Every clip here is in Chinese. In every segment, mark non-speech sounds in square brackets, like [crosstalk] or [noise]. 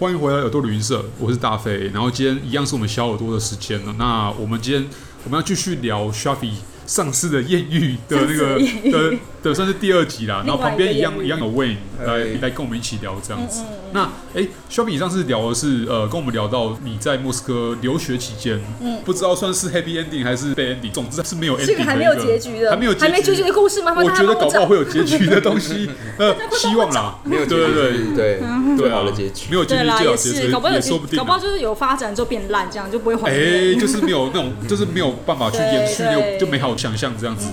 欢迎回来耳朵旅行社，我是大飞。然后今天一样是我们小耳朵的时间了。那我们今天我们要继续聊 Shafi 上次的艳遇的那个 [laughs] 上次的艳遇的的算是第二集啦。然另外一个后旁边一样艳遇一样有 Wayne 来哎来跟我们一起聊这样子。嗯嗯那哎、s h a f i 上次聊的是呃，跟我们聊到你在莫斯科留学期间，嗯不知道算是 happy ending 还是 bad ending，总之是没有 ending， [laughs] 这个还的没一有结局的，还没有结还没结局的故事吗？麻烦我大觉家得帮搞不找好会有结局的东 [laughs] 西，呃，希望啦，没有结对局对 [laughs] 对对对，对最啊好的结局没。有结对局啦，最也好结是，局搞不好有也结说不定搞不好啊。就是有发展之后变烂，这样就不会还哎、原。就是没有那种，就是没有办法去延续对对嗯那就美好想象这样子。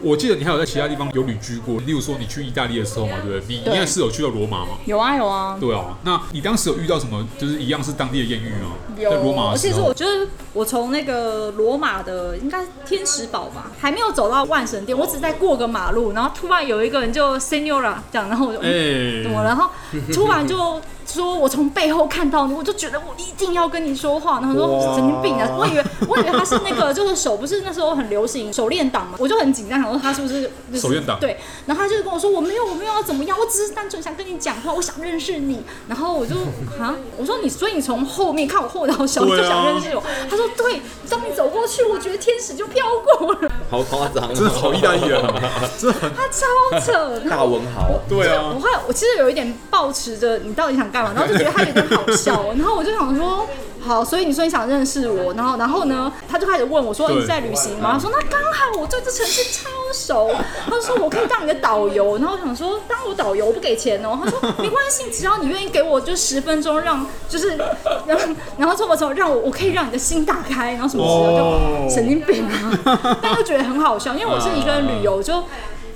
我记得你还有在其他地方有旅居过，例如说你去意大利的时候嘛，对不对？你应对该是有去到罗马嘛？有啊有啊，对啊，那你当时有遇到什么，就是一样是当地的艳遇吗？有在罗马而的且时是我候，觉得我从那个罗马的应该天使堡吧，还没有走到万神殿，我只在过个马路，然后突然有一个人就 Senora 这样，然后我就、嗯哎、怎么了？然后突然就说我从背后看到你，我就觉得我一定要跟你说话。然后说神哇经病啊！我以为我以为他是那个就是手不是那时候很流行手链党嘛，我就很紧张，想说他是不是、就是、手链党对，然后他就跟我说我没有我没有啊要怎么样，我只是单纯想跟你讲话，我想认识你。然后 [laughs] 我就啊，我说你所以你从后面看我后脑勺你就对啊想认识我。他说对，当你走过去，我觉得天使就飘过了，好夸张哦，真的好意大利人啊，真的很他超扯。然后大文豪，对啊我。后来我其实有一点抱持着你到底想干嘛，然后就觉得他有点好 [laughs] 笑哦，然后我就想说。好，所以你说你想认识我，然后然后呢，他就开始问我说哎对你在旅行吗？我说那刚好我对这城市超熟，他就说我可以当你的导游，然后我想说当我导游我不给钱 [laughs] 哦，他说没关系，只要你愿意给我就十分钟让就是， [laughs] 然后然后这么说让我我可以让你的心打开，然后什么之类的，哦就神经病啊，但又觉得很好笑，因为我是一个人旅游就。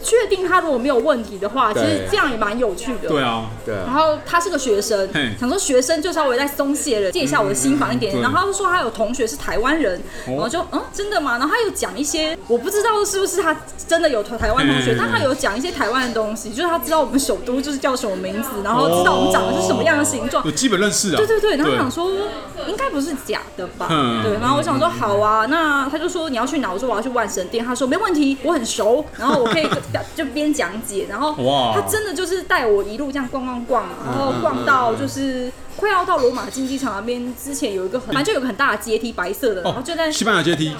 确定他如果没有问题的话，其实对这样也蛮有趣的。对啊，对然啊，后他是个学生嘿，想说学生就稍微再松懈了，借一下我的心房一点。嗯对然后他就说他有同学是台湾人，哦然后就嗯真的吗？然后他有讲一些我不知道是不是他真的有台湾同学嗯，但他有讲一些台湾的东西，就是他知道我们首都就是叫什么名字，然后知道我们长得是什么样的形状有。基本认识啊。对对对，然后我想说应该不是假的吧？嗯对，然后我想说好啊，那他就说你要去哪？我说我要去万神殿，他说没问题，我很熟，然后我可以就边讲解，然后哇他真的就是带我一路这样逛逛逛，然后逛到就是。快要到罗马竞技场那边之前，有一个很反正就有个很大的阶梯，白色的，然嗯后哦就在，西班牙阶梯。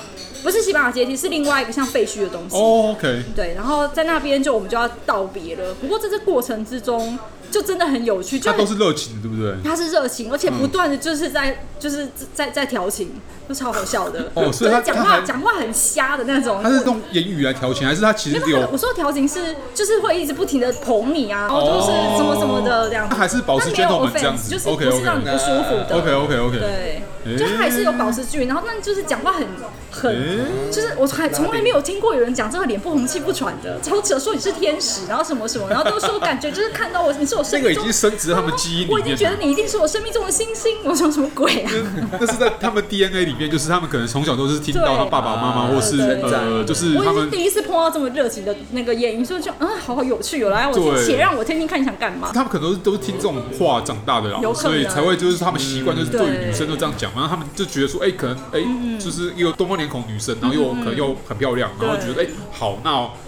不是西班牙阶梯，是另外一个像废墟的东西。哦，OK，对，然后在那边就我们就要道别了。不过在这过程之中，就真的很有趣，就他很都是热情的，对不对？他是热情，而且嗯不断的就是在、就是在在调情，就超好笑的。哦所以就是他讲他话还讲话很瞎的那种。他是用言语来调情，还是他其实因为他的我有？说的调情是就是会一直不停的捧你啊，然后就是什么什么的这样子。哦他还是保持但没有 gentleman 这样 offense，子就是不 OK，是让你 OK 不舒服的。 OK OK OK，对，诶就他还是有保持距离，然后但就是讲话很很。诶，就是我还从来没有听过有人讲这个脸不红气不喘的，超扯，说你是天使，然后什么什么，然后都说感觉就是看到我，你是我这生个命已中经升值到他们基因我里已经面觉得了。你一定是我生命中的星星，我说什么鬼啊？那是在他们 DNA 里面，就是他们可能从小都是听到对他爸爸妈妈，或是对对呃，就是我他也是们第一次碰到这么热情的那个演员，所以就嗯，好有趣哦！来，我听对写让我听听看你想干嘛。他们可能都是都是听这种话长大的啦有，可能所以才会就是他们习惯就是对于对女生都这样讲，然后他们就觉得说，哎，可能嗯哎，就是又东方脸孔女生，然后又可能又很漂亮，然后觉得哎好，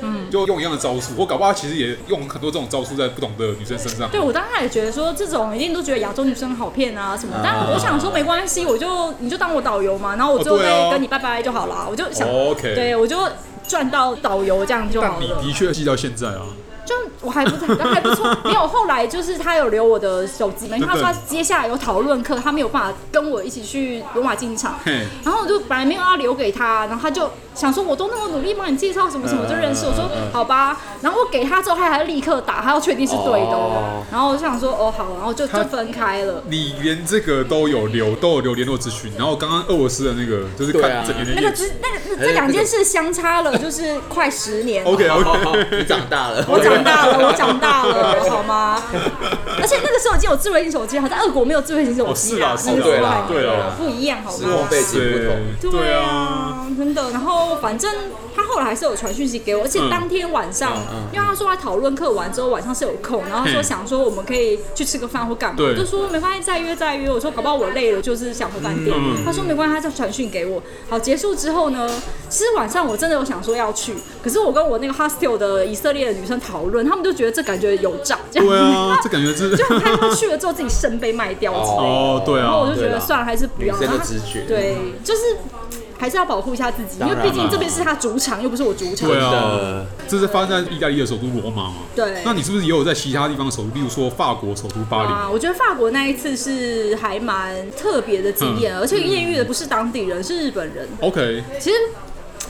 那就用一样的招数，我搞不好其实也用很多这种招数在不同的女生身上。对，我当然也觉得说这种一定都觉得亚洲女生好骗啊什么，但我想说没关系，我就你就当我导游嘛，然后我最后哦对啊再跟你拜拜就好啦。我就想， OK 对我就赚到导游这样就好但你了。的确记到现在啊，就我还不太还不错，没有。后来就是他有留我的手 [laughs] 机嘛，因为他说他接下来有讨论课，他没有办法跟我一起去罗马竞技场嘿，然后我就本来没有要留给他，然后他就想说我都那么努力帮你介绍什么什么就认识，我说好吧，然后我给他之后，他还立刻打，他要确定是对的哦，然后我就想说哦好，然后就就分开了。你连这个都有留，都有留联络资讯。然后刚刚俄罗斯的那个，就是对看啊整年的那个业只绩。哎那个哦这两件事相差了就是快十 [laughs] 年， OK 好 OK，好 [laughs] 你长大了，我长大 [laughs] 了，我长大了，好吗？ [laughs] 而且那个时候已经有智慧型手机了，好在俄国没有智慧型手机哦是啦啊，是那啊个时候还没有对啊对啊不一样，好时吗空？背景不同对对啊，啊，真的。然后反正他后来还是有传讯息给我，而且嗯当天晚上，嗯嗯因为他说他讨论课完之后晚上是有空，然后他说嘿想说我们可以去吃个饭或干嘛，对我就说没关系，再约再约。我说搞不好我累了，就是想回饭店。嗯嗯他说没关系，他再传讯给我。好，结束之后呢，其实晚上我真的有想说要去，可是我跟我那个 hostel 的以色列的女生讨论，她们都觉得这感觉有诈，这样对啊，这感觉是 [laughs] 就很害怕去了之后自己肾被卖掉之类的。哦，对然后我啊就，觉对得啦算了，还是不女要。生然后的他直觉，，对，啊就是还是要保护一下自己，因为当然啊毕竟啦这边是他主场，又不是我主场。对真啊的，这是发生在意大利的首都罗马嘛？对那你是不是也有在其他地方的首都，比如说法国首都巴黎？啊，我觉得法国那一次是还蛮特别的经嗯验，而且艳遇的不是当地人，是日本人。 OK，其实。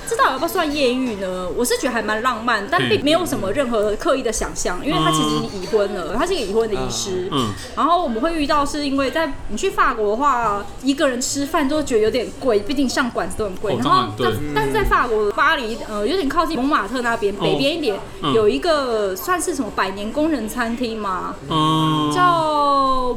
这到底要不要算艳遇呢？我是觉得还蛮浪漫，但嗯并没有什么任何刻意的想象，因为他其实已经已婚了，他是一个已婚的医师。嗯，然后我们会遇到，是因为在你去法国的话，一个人吃饭都会觉得有点贵，毕竟上馆子都很贵。哦然当后然但对但是在法国巴黎，呃，有点靠近蒙马特那边，北边一点、嗯有一个算是什么百年工人餐厅嘛，嗯，叫。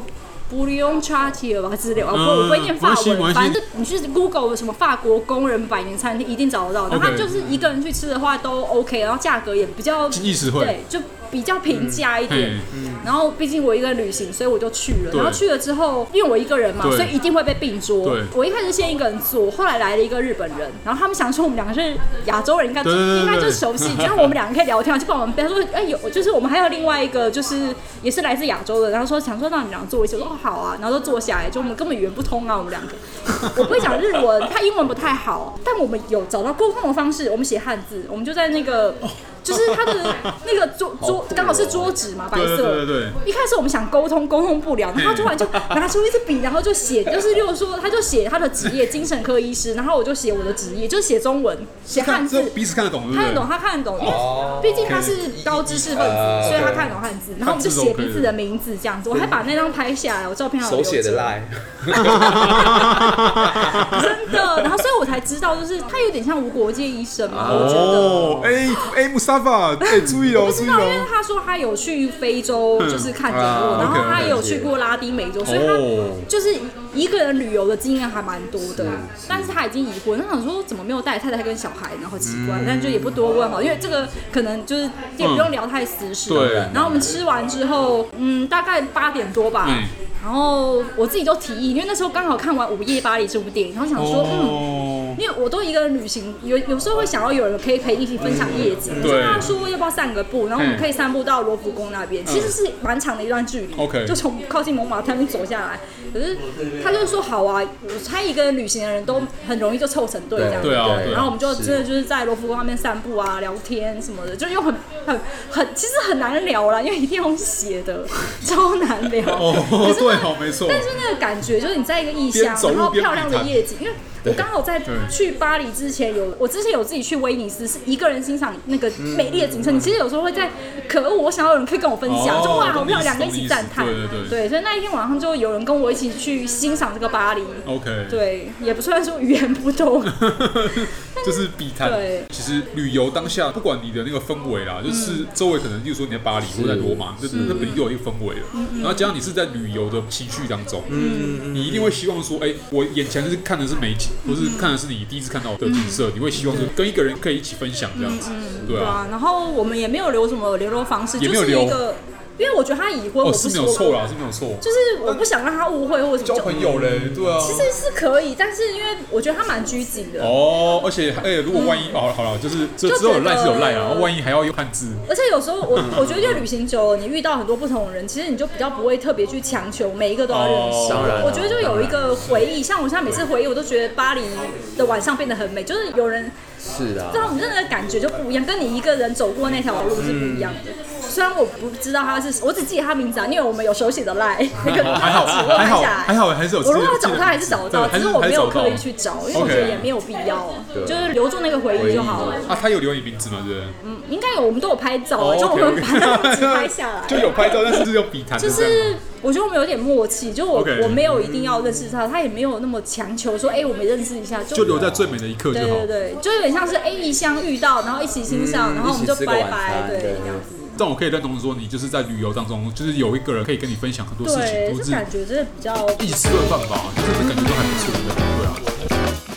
布里翁查提尔吧之类的，我不我不会念没法关系文，没关系反正你去 Google 什么法国工人百年餐厅一定找得到。那它 OK 就是一个人去吃的话都 OK，然后价格也比较经济实惠，对，就比较平价一点嘿。然后毕竟我一个人旅行，所以我就去嗯了。对然后去了之后，因为我一个人嘛，对所以一定会被并桌对。我一开始先一个人坐，后来来了一个日本人，然后他们想说我们两个是亚洲人，应该对对对对应该就是 [laughs] 熟悉，觉得我们两个可以聊天，就帮我们背。他说哎有，就是我们还有另外一个就是也是来自亚洲的，然后说想说让你们两个坐一起，我说哦好啊，然后就坐下来，就我们根本语言不通啊，我们两个。我不会讲日文，他英文不太好，但我们有找到沟通的方式，我们写汉字，我们就在那个。就是他的那个 [laughs] 桌哦桌刚好是桌纸嘛，白对色。对对对对，一开始我们想沟通，沟通不了，然后他 [laughs] 突然就拿出一支笔，然后就写，就是例如说，他就写他的职业，精神科医师，然后我就写我的职业，就是写中文，写汉这字。彼此看得懂，对不对？看得懂，他看得懂，因为哦毕竟他是高知识分呃子，所以他对看得懂汉字。然后我们汉字就是写 OK 彼此的名字这样子，我还把那张拍下来，我照片还有手留写的着 line， [laughs] 真的。然后所以我才知道，就是他有点像无国界医生嘛，我觉得。哦，哎哎，穆沙法，哎，注意不哦，注知意道，因为哦，他说他有去非洲，嗯就是看展啊过，然后 OK，他也有了解去过拉丁美洲，所以他哦，就是一个人旅游的经验还蛮多的，但是他已经已婚，他想说怎么没有带太太跟小孩，然后奇嗯怪，但就也不多问哈，因为这个可能就是也不用聊太私事。嗯对然后我们吃完之后，嗯，大概八点多吧。嗯然后我自己就提议，因为那时候刚好看完《午夜巴黎》这部电影，然后想说，嗯，哦，因为我都一个人旅行，有有时候会想要有人可以陪你一起分享夜景。就对嗯跟他说要不要散个步，然后我们可以散步到罗浮宫那边，其实是蛮长的一段距离。 OK 就从靠近蒙马特那边走下来。可是他就说好啊，我猜一个人旅行的人都很容易就凑成队这样子。对啊对然后我们就真的就是在罗浮宫那边散步啊、聊天什么的，就又很很很，其实很难聊啦，因为一定要用写的， [laughs] 超难聊。可哦，是对哦，没错，但是那个感觉就是你在一个异乡边，走路然后边漂亮的夜景，因为我刚好在对嗯哦去巴黎之前有，我之前有自己去威尼斯，是一个人欣赏那个美丽的景色。你其实有时候会在，可恶，我想要有人可以跟我分享，哦就哇，好懂意思漂亮，跟一起赞叹。懂意思对对所以那一天晚上就有人跟我一起去欣赏这个巴黎。 OK，对，也不算说语言不 [laughs] 通，啊就是比谈对。嗯其实旅游当下，不管你的那个氛围啦，就是周围可能，例如说你在巴黎或者在罗马，那那本地就有一个氛围了。嗯然后加上你是在旅游的情绪当中，你一定会希望说，哎，我眼前是看的是美景，嗯或是看的是你第一次看到的景色，你会希望说跟一个人可以一起分享这样子，对对啊。啊。然后我们也没有留什么联络方式，也就没有是留一个，因为我觉得他已婚，我哦，不是没说，有错啦，是没有错。就是我不想让他误会或者什么。交就朋友嘞，对啊。其实是可以，但是因为我觉得他蛮拘谨的，哦，而且哎，如果万一哦，好了，就是这之后有就觉得赖是有赖啊，然后万一还要用汉字，而且有时候嗯我我觉得，就旅行久了，你遇到很多不同的人，其实你就比较不会特别去强求每一个都要认识。哦当然啊我觉得就有一个回忆，像我现在每次回忆，我都觉得巴黎的晚上变得很美，就是有人是啊这，种那个感觉就不一样，跟你一个人走过那条路是不一样的。嗯虽然我不知道他是，我只记得他名字啊，因为我们有手写的赖，那个还好指纹嗯还 [laughs] 好下来还好还是有记我得。如果要找他还是找得到，对还只是我还没找有到刻意去找，因为我觉得 OK 也没有必要，对就是留住那个回忆就好了。啊，他有留你名字吗？对不对？嗯，应该有，我们都有拍照啊，哦就我 OK，们把那东 OK 西拍下 [laughs] 来。 [laughs] 就有拍照，但是就是有笔谈的就这样，是我觉得我们有点默契，就我 OK 我没有一定要认识他，他也没有那么强求说，哎、我们认识一下就就留在最美的一刻就对好对。对，就有点像是哎异乡遇到，然后一起欣赏，嗯然后我们就一起吃个拜晚拜，餐对，对这样子。但我可以认同说，你就是在旅游当中，就是有一个人可以跟你分享很多事情，对，都这是感觉真的比较一起吃顿饭吧，就是感觉都还不错的，对啊。